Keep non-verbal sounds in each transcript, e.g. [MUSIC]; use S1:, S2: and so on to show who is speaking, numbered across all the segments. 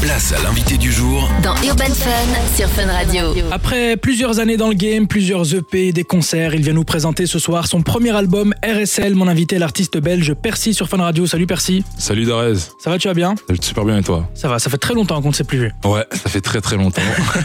S1: Place à l'invité du jour
S2: Dans Urban Fun sur Fun Radio.
S3: Après plusieurs années dans le game, plusieurs EP, des concerts, il vient nous présenter ce soir son premier album RSL. Mon invité, est l'artiste belge Percy sur Fun Radio. Salut Percy,
S4: Salut Darez,
S3: ça va, tu vas bien
S4: ça va super bien et toi
S3: Ça va, ça fait très longtemps qu'on ne s'est plus vu.
S4: Ouais, ça fait très très longtemps.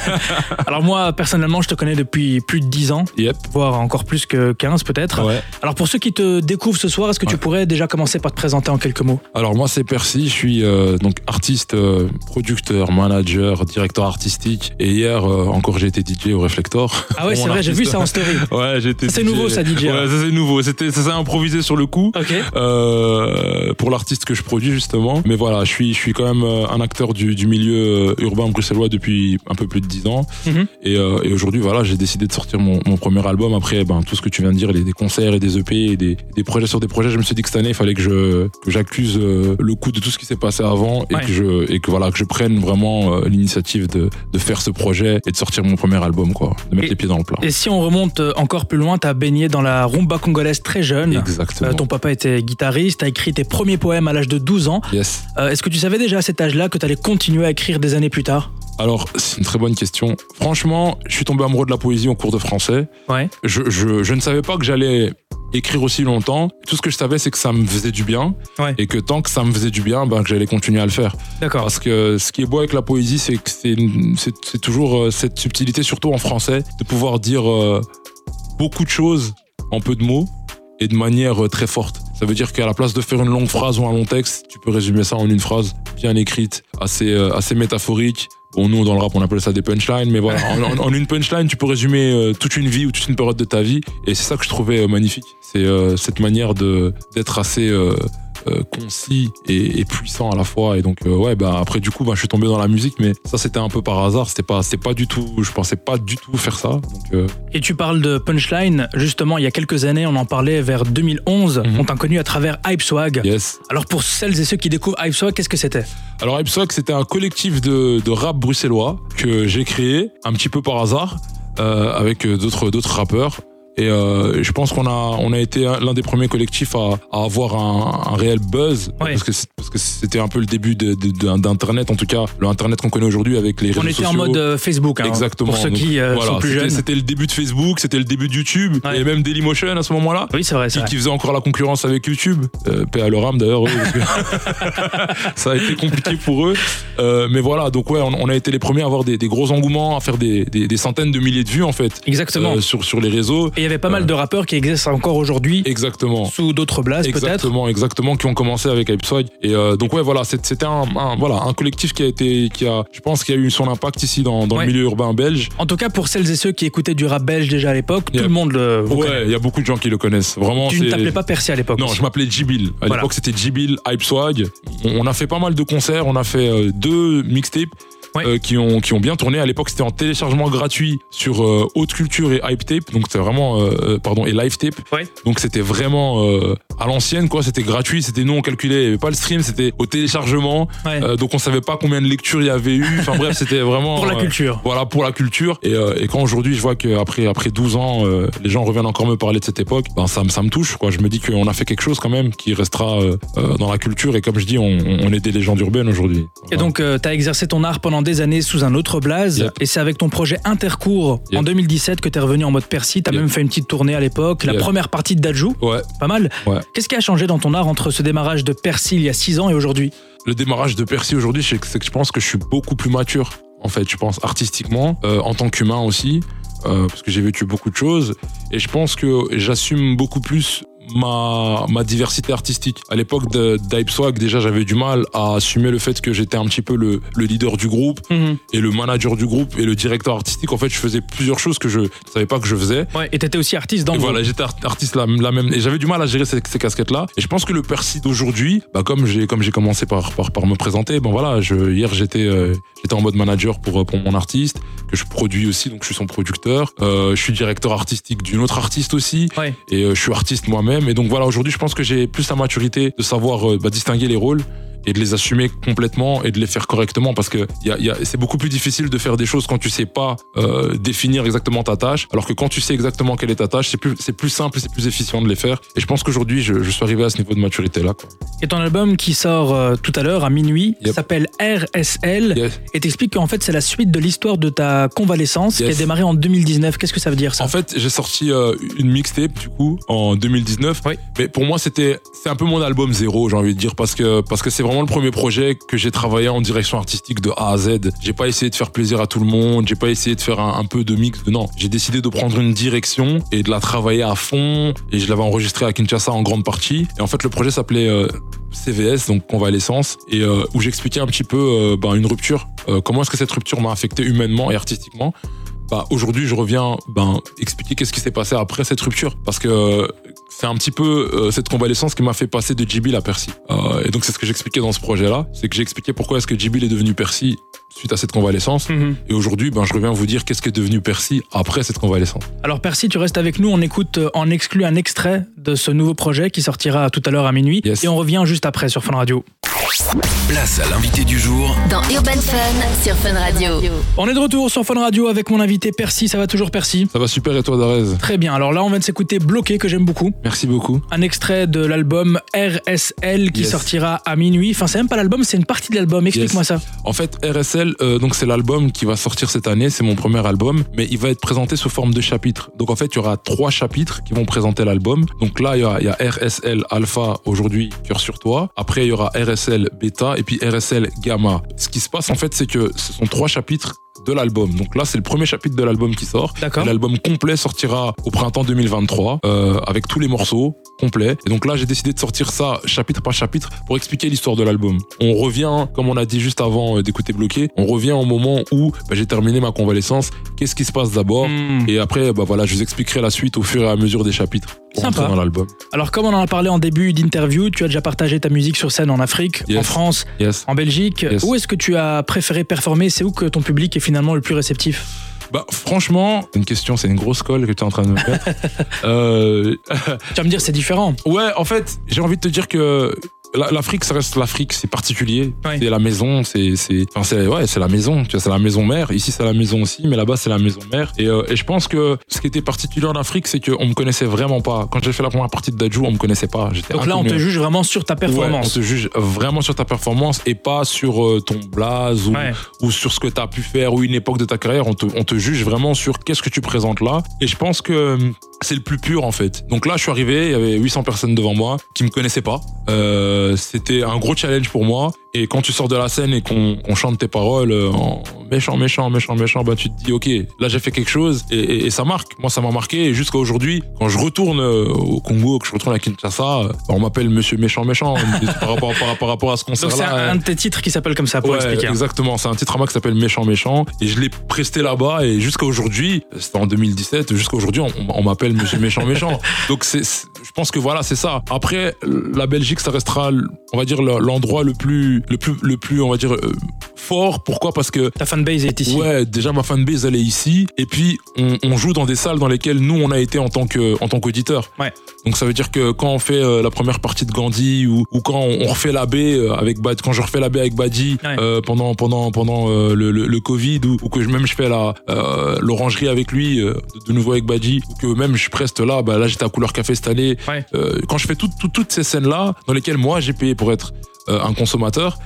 S3: [LAUGHS] Alors moi, personnellement, je te connais depuis plus de 10 ans,
S4: yep.
S3: voire encore plus que 15 peut-être.
S4: [LAUGHS] Ouais.
S3: Alors pour ceux qui te découvrent ce soir, est-ce que tu
S4: Ouais.
S3: pourrais déjà commencer par te présenter en quelques [LAUGHS] mots
S4: Alors moi c'est Percy, je suis euh, donc artiste, euh, producteur, manager, directeur artistique. Et hier euh, encore j'ai été DJ au Reflector.
S3: Ah ouais,
S4: Pour
S3: c'est
S4: mon
S3: vrai, j'ai vu
S4: artiste.
S3: ça en story. [LAUGHS]
S4: Ouais, j'ai été.
S3: C'est nouveau, ça, hein. DJ,
S4: Ouais,
S3: ouais.
S4: ça c'est nouveau. C'était, ça s'est improvisé sur le coup.
S3: Ok.
S4: euh, pour l'artiste que je produis justement. Mais voilà, je suis, je suis quand même euh, un acteur du, du milieu euh, urbain bruxellois depuis un peu plus de 10 ans.
S3: Mhm.
S4: Et, euh, et aujourd'hui, voilà, j'ai décidé de sortir mon, mon premier album. Après, ben, tout ce que tu viens de dire, les, des concerts et des EP et des, des projets sur des projets, je me suis dit que cette année, il fallait que je que j'accuse euh, le coup de tout ce qui s'est passé avant et
S3: Ouais.
S4: que je et que voilà que je prenne vraiment euh, l'initiative de, de faire ce projet et de sortir mon premier album, quoi, de mettre
S3: Et-
S4: les pieds dans le plat.
S3: Et si on remonte encore plus loin, t'as baigné dans la rumba congolaise très jeune.
S4: Exactement.
S3: Euh, ton papa était guitariste, t'as écrit tes premiers poèmes à l'âge de 12 ans.
S4: yes.
S3: Euh, Est-ce que tu savais déjà à cet âge-là que t'allais continuer à écrire des années plus tard
S4: Alors, c'est une très bonne question. Franchement, je suis tombé amoureux de la poésie en cours de français.
S3: Ouais.
S4: Je, je- je ne savais pas que j'allais écrire aussi longtemps. Tout ce que je savais, c'est que ça me faisait du bien.
S3: Ouais.
S4: Et que tant que ça me faisait du bien, ben, que j'allais continuer à le faire.
S3: D'accord.
S4: Parce que ce qui est beau avec la poésie, c'est que c'est une- c'est c'est toujours euh, cette subtilité, surtout en français, de pouvoir dire euh, beaucoup de choses en peu de mots et de manière euh, très forte. Ça veut dire qu'à la place de faire une longue phrase ou un long texte, tu peux résumer ça en une phrase bien écrite, assez, euh, assez métaphorique. Bon, nous, dans le rap, on appelle ça des punchlines, mais voilà, en, en- en une punchline, tu peux résumer euh, toute une vie ou toute une période de ta vie. Et c'est ça que je trouvais euh, magnifique. C'est euh, cette manière de- d'être assez... euh, euh, concis et, et puissant à la fois et donc euh, ouais bah après du coup bah, je suis tombé dans la musique mais ça c'était un peu par hasard c'était pas c'était pas du tout je pensais pas du tout faire ça donc euh,
S3: Et tu parles de punchline. Justement, il y a quelques années, on en parlait vers 2011.
S4: Mhm.
S3: On t'a connu à travers Hype Swag.
S4: yes
S3: Alors pour celles et ceux qui découvrent Hype Swag, qu'est-ce que c'était
S4: alors Ipsoc c'était un collectif de, de rap bruxellois que j'ai créé un petit peu par hasard euh, avec euh, d'autres d'autres rappeurs et euh, je pense qu'on a on a été un- l'un des premiers collectifs à, à avoir un, un réel buzz
S3: Ouais.
S4: parce que c'est- parce que c'était un peu le début de- de- d'un- d'internet en tout cas le internet qu'on connaît aujourd'hui avec les réseaux
S3: On était en
S4: sociaux.
S3: mode euh, Facebook. hein,
S4: Exactement.
S3: Pour ceux
S4: Donc,
S3: qui euh,
S4: voilà,
S3: sont plus
S4: c'était-
S3: jeunes.
S4: C'était le début de Facebook, c'était le début de YouTube,
S3: Ouais.
S4: et même Dailymotion à ce moment-là.
S3: Oui, c'est vrai.
S4: Qui,
S3: c'est vrai.
S4: qui faisait encore la concurrence avec YouTube, euh, paix à leur âme d'ailleurs, eux,
S3: [LAUGHS]
S4: parce que [LAUGHS] ça a été compliqué pour eux. Euh, mais voilà, donc ouais, on, on a été les premiers à avoir des, des gros engouements, à faire des, des- des centaines de milliers de vues en fait
S3: Exactement.
S4: euh, sur, sur les réseaux.
S3: Et il y avait pas mal de rappeurs qui existent encore aujourd'hui
S4: Exactement.
S3: sous d'autres blases peut-être.
S4: Exactement, exactement, qui ont commencé avec Hypeswag. Et euh, donc ouais, voilà, c'est- c'était un, un- voilà un collectif qui a été, qui a, je pense, qui a eu son impact ici dans, dans
S3: Ouais.
S4: le milieu urbain belge.
S3: En tout cas, pour celles et ceux qui écoutaient du rap belge déjà à l'époque,
S4: Yeah.
S3: tout le monde le vous connaît.
S4: Ouais, il y a beaucoup de gens qui le connaissent. Vraiment,
S3: Tu ne
S4: c'est-
S3: t'appelais pas Percy à l'époque.
S4: Non,
S3: aussi.
S4: je m'appelais Jibil. À
S3: Voilà.
S4: l'époque, c'était Jibil, Hype Swag. On on a fait pas mal de concerts. On a fait euh, deux mixtapes.
S3: Ouais.
S4: euh, qui, ont, qui ont bien tourné. À l'époque, c'était en téléchargement gratuit sur euh, Haute Culture et Hype Tape. Donc, c'était vraiment. euh, euh, pardon, et Live Tape.
S3: Ouais.
S4: Donc, c'était vraiment euh, à l'ancienne, quoi. C'était gratuit. C'était nous, on calculait. Il y avait pas le stream, c'était au téléchargement.
S3: Ouais.
S4: Euh, donc, on savait pas combien de lectures il y avait eu. Enfin, bref, c'était vraiment.
S3: [LAUGHS] Pour la
S4: euh,
S3: culture.
S4: voilà pour la culture et, euh, et quand aujourd'hui je vois qu'après après 12 ans euh, les gens reviennent encore me parler de cette époque ben ça, me- ça me touche quoi je me dis qu'on a fait quelque chose quand même qui restera euh, euh, dans la culture et comme je dis on, on est des légendes urbaines aujourd'hui
S3: Et donc, tu as exercé ton art pendant des années sous un autre blaze.
S4: Yep.
S3: Et c'est avec ton projet Intercours en
S4: Yep.
S3: 2017 que tu es revenu en mode Percy. Tu as
S4: Yep.
S3: même fait une petite tournée à l'époque. La
S4: Yep.
S3: première partie de Dajou,
S4: ouais
S3: pas mal.
S4: Ouais.
S3: Qu'est-ce qui a changé dans ton art entre ce démarrage de Percy il y a 6 ans et aujourd'hui
S4: le démarrage de Percy aujourd'hui c'est que c'est que je pense que je suis beaucoup plus mature en fait je pense artistiquement euh, en tant qu'humain aussi euh, parce que j'ai vécu beaucoup de choses et je pense que j'assume beaucoup plus ma, ma diversité artistique. À l'époque de- d'Hypeswag, déjà j'avais du mal à assumer le fait que j'étais un petit peu le, le leader du groupe et le manager du groupe et le directeur artistique. En fait, je faisais plusieurs choses que je ne savais pas que je faisais.
S3: ouais, Et tu étais aussi artiste dans
S4: Et
S3: le
S4: voilà,
S3: groupe.
S4: j'étais art- artiste la, la même et j'avais du mal à gérer ces, ces casquettes-là. Et je pense que le Percy d'aujourd'hui, bah comme j'ai comme j'ai commencé par, par par me présenter, ben voilà, je, hier j'étais euh, j'étais en mode manager pour euh, pour mon artiste que je produis aussi, donc je suis son producteur. Euh, je suis directeur artistique d'une autre artiste aussi.
S3: Ouais.
S4: Et euh, je suis artiste moi-même. Et donc voilà, aujourd'hui, je pense que j'ai plus la maturité de savoir euh, bah, distinguer les rôles et de les assumer complètement et de les faire correctement parce que y a- y a- c'est beaucoup plus difficile de faire des choses quand tu sais pas euh, définir exactement ta tâche alors que quand tu sais exactement quelle est ta tâche c'est plus c'est plus simple et c'est plus efficient de les faire et je pense qu'aujourd'hui je, je suis arrivé à ce niveau de maturité là quoi.
S3: Et ton album qui sort euh, tout à l'heure à minuit
S4: Yep.
S3: s'appelle RSL
S4: Yes.
S3: et t'expliques qu'en fait c'est la suite de l'histoire de ta convalescence qui
S4: Yes.
S3: a démarré en 2019. Qu'est-ce que ça veut dire ça
S4: En fait, j'ai sorti euh, une mixtape du coup en 2019.
S3: Oui.
S4: Mais pour moi, c'était c'est un peu mon album zéro, j'ai envie de dire, parce que parce que c'est vraiment le premier projet que j'ai travaillé en direction artistique de A à Z. J'ai pas essayé de faire plaisir à tout le monde, j'ai pas essayé de faire un, un peu de mix. Non, j'ai décidé de prendre une direction et de la travailler à fond. Et je l'avais enregistré à Kinshasa en grande partie. Et en fait, le projet s'appelait euh, CVS, donc convalescence, et euh, où j'expliquais un petit peu euh, ben, une rupture. Euh, comment est-ce que cette rupture m'a affecté humainement et artistiquement bah, aujourd'hui je reviens ben, expliquer qu'est-ce qui s'est passé après cette rupture parce que euh, c'est un petit peu euh, cette convalescence qui m'a fait passer de Jibil à Percy Euh, et donc c'est ce que j'expliquais dans ce projet là c'est que j'ai expliqué pourquoi est-ce que Jibil est devenu Percy suite à cette convalescence
S3: Mhm.
S4: et aujourd'hui ben, je reviens vous dire qu'est-ce qui est devenu Percy après cette convalescence
S3: Alors Percy, tu restes avec nous, on écoute euh, en exclu un extrait de ce nouveau projet qui sortira tout à l'heure à minuit
S4: Yes.
S3: et on revient juste après sur Fun Radio.
S1: Place à l'invité du jour
S2: Dans Urban Fun sur Fun Radio.
S3: On est de retour sur Fun Radio avec mon invité Percy, ça va toujours Percy
S4: ça va super et toi Darez
S3: Très bien, alors là on vient de s'écouter Bloqué que j'aime beaucoup,
S4: merci beaucoup
S3: un extrait de l'album RSL qui
S4: Yes.
S3: sortira à minuit, enfin c'est même pas l'album, c'est une partie de l'album, explique-moi ça.
S4: En fait, RSL, euh, donc c'est l'album qui va sortir cette année, c'est mon premier album, mais il va être présenté sous forme de chapitres. Donc en fait, il y aura trois chapitres qui vont présenter l'album. Donc là, il y a, il y a RSL Alpha aujourd'hui, cœur sur toi. Après, il y aura RSL Beta et puis RSL Gamma. Ce qui se passe en fait, c'est que ce sont trois chapitres de l'album. Donc là, c'est le premier chapitre de l'album qui sort.
S3: D'accord.
S4: Et L'album complet sortira au printemps 2023 euh, avec tous les morceaux complets. Et donc là, j'ai décidé de sortir ça chapitre par chapitre pour expliquer l'histoire de l'album. On revient, hein, comme on a dit juste avant euh, d'écouter Bloqué, on revient au moment où bah, j'ai terminé ma convalescence. Qu'est-ce qui se passe d'abord
S3: Hmm.
S4: Et après, bah voilà, je vous expliquerai la suite au fur et à mesure des chapitres pour
S3: Sympa.
S4: entrer dans l'album.
S3: Alors comme on en a parlé en début d'interview, tu as déjà partagé ta musique sur scène en Afrique,
S4: Yes.
S3: en France,
S4: Yes.
S3: en Belgique.
S4: Yes.
S3: Où est-ce que tu as préféré performer C'est où que ton public est finalement le plus réceptif
S4: Bah franchement, une question, c'est une grosse colle que tu es en train de me faire. [LAUGHS] euh,
S3: Tu vas me dire c'est différent.
S4: Ouais, en fait, j'ai envie de te dire que la- l'Afrique, ça reste l'Afrique, c'est particulier.
S3: Ouais.
S4: C'est la maison, c'est, c'est, enfin, c'est, ouais, c'est la maison. Tu vois, c'est la maison mère. Ici, c'est la maison aussi, mais là-bas, c'est la maison mère. Et, euh, et je pense que ce qui était particulier en Afrique, c'est qu'on me connaissait vraiment pas. Quand j'ai fait la première partie de Dajou, on me connaissait pas. J'étais
S3: Donc là on
S4: inconnu.
S3: te juge vraiment sur ta performance.
S4: Ouais, on te juge vraiment sur ta performance et pas sur euh, ton blaze ou,
S3: Ouais.
S4: ou sur ce que tu as pu faire ou une époque de ta carrière. On te, on te juge vraiment sur qu'est-ce que tu présentes là. Et je pense que euh, c'est le plus pur en fait. Donc là, je suis arrivé, il y avait 800 personnes devant moi qui me connaissaient pas. Euh, C'était un gros challenge pour moi. Et quand tu sors de la scène et qu'on qu'on chante tes paroles euh, en méchant, méchant, méchant, méchant, bah tu te dis ok, là j'ai fait quelque chose et, et- et ça marque. Moi ça m'a marqué et jusqu'à aujourd'hui, quand je retourne euh, au Congo, que je retourne à Kinshasa, euh, bah, on m'appelle Monsieur méchant, méchant par rapport par, par rapport à ce
S3: Donc c'est
S4: concert-là.
S3: un,
S4: euh,
S3: un de tes titres qui s'appelle comme ça pour
S4: Ouais,
S3: expliquer. hein.
S4: exactement. C'est un titre à moi qui s'appelle Méchant Méchant et je l'ai presté là-bas et jusqu'à aujourd'hui, c'était en 2017, jusqu'à aujourd'hui, on, on m'appelle Monsieur Méchant
S3: [LAUGHS]
S4: Méchant. Donc c'est, c'est- je pense que voilà, c'est ça. Après, la Belgique, ça restera, on va dire le- l'endroit le plus, le plus, le plus, on va dire euh, fort. Pourquoi Parce que
S3: Ta fanbase est ici.
S4: Ouais, déjà ma fanbase elle est ici. Et puis on, on joue dans des salles dans lesquelles nous on a été en tant que en tant qu'auditeur.
S3: Ouais.
S4: Donc ça veut dire que quand on fait euh, la première partie de Gandhi ou, ou quand on, on refait la baie euh, avec Bad, quand je refais la baie avec Badi
S3: Ouais.
S4: euh, pendant pendant pendant euh, le, le- le Covid ou, ou que je- même je fais la euh, l'orangerie avec lui euh, de- de nouveau avec Badi ou que même je preste là, bah là j'étais à couleur café cette année.
S3: Ouais.
S4: Euh, quand je fais toutes toutes- toutes ces scènes là dans lesquelles moi j'ai payé pour être euh, un consommateur,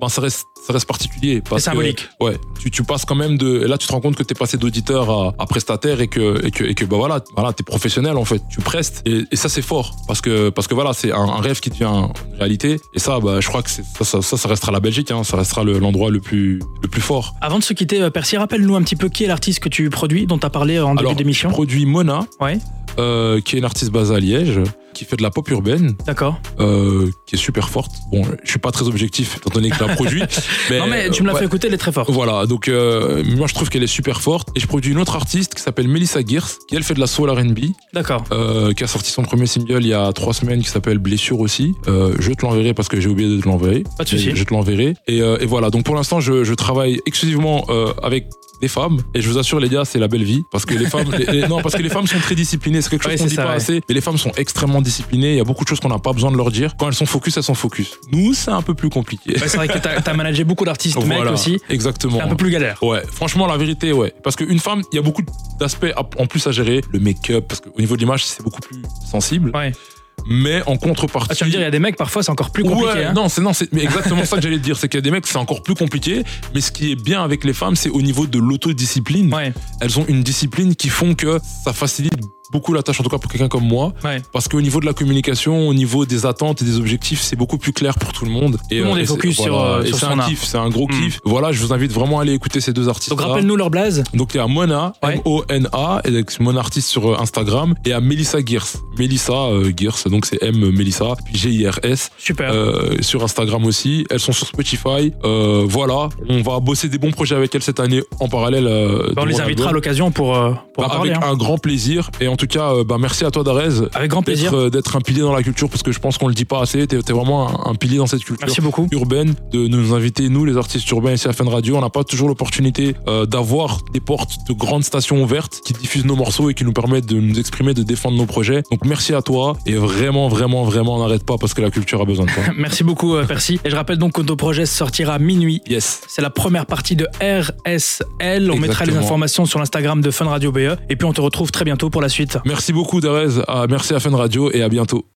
S4: ben ça reste ça reste particulier.
S3: C'est
S4: parce que-
S3: symbolique.
S4: Ouais, tu, tu passes quand même de. et Là, tu te rends compte que t'es passé d'auditeur à, à prestataire et que, et que, et que bah voilà, voilà, t'es professionnel en fait, tu prestes. Et, et ça, c'est fort parce que, parce que voilà, c'est un, un rêve qui devient une réalité. Et ça, bah, je crois que c'est- ça, ça, ça, ça restera la Belgique, hein, ça restera le- l'endroit le plus, le plus fort.
S3: Avant de se quitter, euh, Percy, rappelle-nous un petit peu qui est l'artiste que tu produis, dont tu as parlé en
S4: Alors,
S3: début d'émission.
S4: Produit Mona,
S3: Ouais.
S4: euh, qui est une artiste basée à Liège, qui fait de la pop urbaine,
S3: D'accord.
S4: euh, qui est super forte. Bon, je suis pas très objectif étant donné que t'as
S3: [LAUGHS]
S4: produit. mais,
S3: Non mais tu me l'as
S4: euh, ouais.
S3: fait écouter, elle est très forte.
S4: Voilà, donc euh, moi je trouve qu'elle est super forte. Et je produis une autre artiste qui s'appelle Melissa Gears, qui elle fait de la soul RB,
S3: D'accord.
S4: euh, qui a sorti son premier single il y a trois semaines qui s'appelle Blessure aussi. Euh, je te l'enverrai parce que j'ai oublié de te l'envoyer.
S3: Pas de souci.
S4: Mais Je te l'enverrai. Et, euh, et voilà, donc pour l'instant je, je travaille exclusivement euh, avec des femmes. Et je vous assure, les gars, c'est la belle vie. Parce que les femmes, les- les- non, parce que les femmes sont très disciplinées. C'est quelque chose
S3: Ouais,
S4: qu'on
S3: c'est
S4: dit
S3: ça,
S4: pas
S3: ouais.
S4: assez. Mais les femmes sont extrêmement disciplinées. Il y a beaucoup de choses qu'on n'a pas besoin de leur dire. Quand elles sont focus, elles sont focus. Nous, c'est un peu plus compliqué.
S3: Ouais, c'est vrai que t'as as managé beaucoup d'artistes mecs
S4: Voilà,
S3: aussi.
S4: Exactement.
S3: C'est un peu plus galère.
S4: Ouais, franchement, la vérité, ouais. Parce qu'une femme, il y a beaucoup d'aspects à- en plus à gérer. Le make-up, parce qu'au niveau de l'image, c'est beaucoup plus sensible.
S3: Ouais.
S4: Mais en contrepartie.
S3: Ah, tu vas me dire, il y a des mecs, parfois, c'est encore plus compliqué.
S4: Ouais,
S3: hein.
S4: non, c'est non, c'est mais exactement ça que j'allais te dire, c'est qu'il y a des mecs, c'est encore plus compliqué. Mais ce qui est bien avec les femmes, c'est au niveau de l'autodiscipline.
S3: Ouais,
S4: Elles ont une discipline qui font que ça facilite beaucoup la tâche, en tout cas pour quelqu'un comme moi,
S3: ouais.
S4: parce qu'au niveau de la communication, au niveau des attentes et des objectifs, c'est beaucoup plus clair pour tout le monde. Et,
S3: Tout le monde
S4: euh,
S3: est
S4: et c'est-
S3: focus sur,
S4: voilà,
S3: euh,
S4: et
S3: sur
S4: c'est
S3: son
S4: un
S3: art.
S4: kiff, c'est un gros
S3: Mm.
S4: kiff. Voilà, je vous invite vraiment à aller écouter ces deux artistes.
S3: Donc rappelle-nous leur blaze.
S4: Donc il y a Mona, M-O-N-A, et donc, c'est mon artiste sur euh, Instagram, et à Melissa Gears. Melissa euh, Gears, donc c'est M euh, Melissa, puis G-I-R-S,
S3: Super.
S4: euh, sur Instagram aussi. Elles sont sur Spotify. Euh, voilà, on va bosser des bons projets avec elles cette année en parallèle. euh,
S3: Bah, on
S4: de
S3: les
S4: mon
S3: invitera à
S4: album.
S3: l'occasion pour, euh, pour en
S4: Bah,
S3: parler.
S4: avec
S3: hein.
S4: un grand plaisir. Et en tout cas, euh, bah, merci à toi, Darez.
S3: Avec grand plaisir.
S4: D'être euh, d'être un pilier dans la culture, parce que je pense qu'on le dit pas assez. T'es t'es vraiment un, un pilier dans cette culture
S3: Merci beaucoup.
S4: urbaine, de nous inviter, nous les artistes urbains ici à Fun Radio. On n'a pas toujours l'opportunité euh, d'avoir des portes de grandes stations ouvertes qui diffusent nos morceaux et qui nous permettent de nous exprimer, de défendre nos projets. Donc merci à toi et vraiment, vraiment, vraiment, n'arrête pas parce que la culture a besoin de toi.
S3: Merci beaucoup, euh, Percy. Et je rappelle donc que ton projet sortira minuit.
S4: yes.
S3: C'est la première partie de RSL. On mettra les
S4: Exactement.
S3: informations sur l'Instagram E. de Fun Radio BE. Et puis on te retrouve très bientôt pour la suite.
S4: Merci beaucoup, Derez. Ah, Merci à Fun Radio et à bientôt.